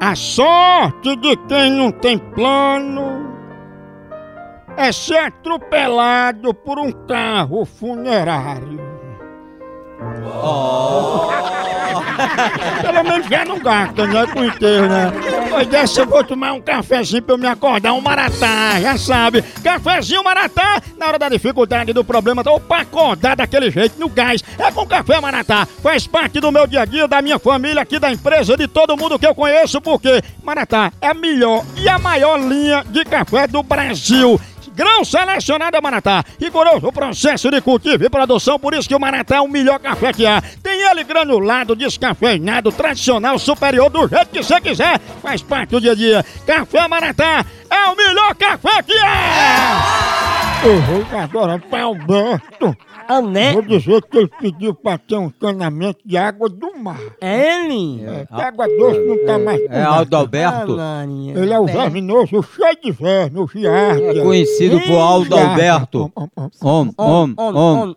A sorte de quem não tem plano é ser atropelado por um carro funerário. Pelo menos já não gasta, né? Com inteiro, né? Pois dessa eu vou tomar um cafezinho pra eu me acordar, um maratá, já sabe. Cafezinho maratá, na hora da dificuldade, do problema, ou pra acordar daquele jeito, no gás. É com café maratá. Faz parte do meu dia a dia, da minha família, aqui da empresa, de todo mundo que eu conheço, porque maratá é a melhor e a maior linha de café do Brasil grão selecionado é Maratá. Rigoroso o processo de cultivo e produção, por isso que o Maratá é o melhor café que há. Tem ele granulado, descafeinado, tradicional, superior, do jeito que você quiser. Faz parte do dia a dia. Café Maratá é o melhor café que há! É. Eu vou agora para Alberto. Ah, né? tá Vou dizer que ele pediu para ter um encanamento de água do mar. É ele? É, que água doce não tá mais com É mar. Aldo Alberto, Alarinha. Ele é o verminoso, cheio de verme, o giardia. É conhecido por Aldo Giardia. Alberto. Om, om, om. Om, om, om.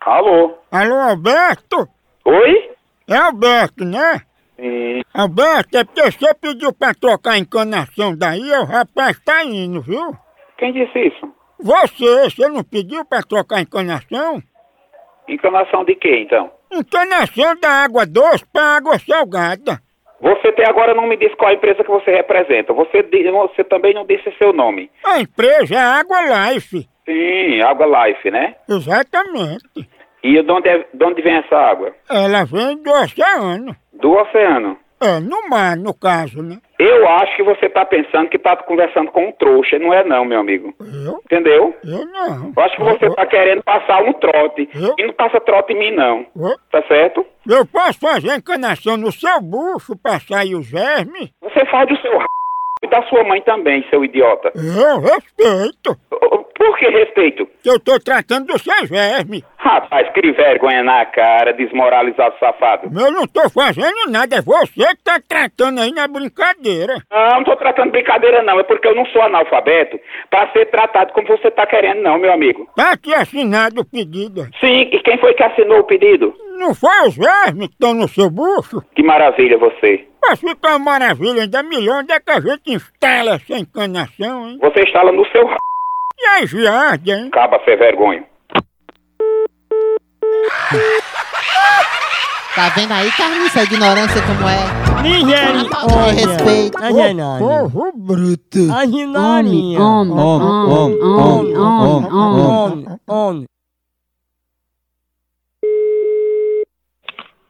Alô? Alô, Alberto? Oi? É Alberto, né? Alberto, é porque você pediu pra trocar a encanação daí, o rapaz tá indo, viu? Quem disse isso? Você, você não pediu pra trocar a encanação? Encanação de quê, então? Encanação da água doce pra água salgada. Você até agora não me disse qual empresa que você representa. Você, di- você também não disse seu nome. A empresa é Água Life. Sim, Água Life, né? Exatamente. E de onde, é- de onde vem essa água? Ela vem do oceano. Do oceano. É, no mar, no caso, né? Eu acho que você tá pensando que tá conversando com um trouxa. Não é não, meu amigo. Eu? Entendeu? Eu não. Eu acho que você tá querendo passar um trote. Eu? E não passa trote em mim, não. Eu- Tá certo? Eu posso fazer encanação no seu bucho pra sair os vermes? Você faz do seu r... e da sua mãe também, seu idiota. Eu respeito. Por que respeito? que eu tô tratando do seu verme. Rapaz, que vergonha na cara, desmoralizado safado. Eu não tô fazendo nada, é você que tá tratando aí na brincadeira. Não, não tô tratando brincadeira não, é porque eu não sou analfabeto pra ser tratado como você tá querendo não, meu amigo. Tá aqui assinado o pedido. Sim, e quem foi que assinou o pedido? Não foi os vermes que estão no seu bucho? Que maravilha você. Mas fica uma maravilha, ainda melhor onde é que a gente instala essa encanação, hein? Você instala no seu r... E a giardia, hein? Caba, sem vergonha. Tá vendo aí, Carlinhos, a ignorância como é? Nigéria. Olha, respeito. A Nigéria. Porro bruto. A Homem, homem, Nigéria. homem, homem, homem, homem. Homem, homem.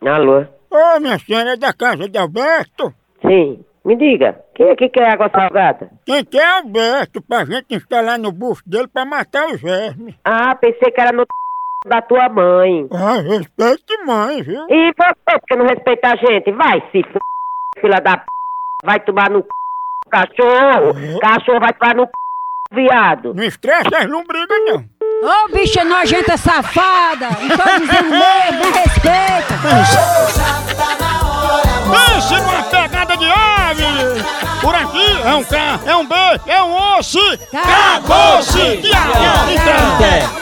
Alô? Ô, minha senhora, é da casa de Alberto? Sim. Me diga, quem aqui quer água salgada? Quem quer é Alberto pra gente instalar no bucho dele pra matar os vermes. Ah, pensei que era no da tua mãe. Ah, respeite mãe, viu? E você, porque não respeita a gente? Vai se f... fila da p... Vai tomar no c... cachorro. Cachorro vai tomar no c... viado. Não estressa as lombrigas, não. Ô, bicha nojenta safada! Não tô dizendo mesmo, me respeita! Pense numa pegada de ave! Por aqui é um K, é um B, é um osso! Acabou-se! Que é a- que a- então. É.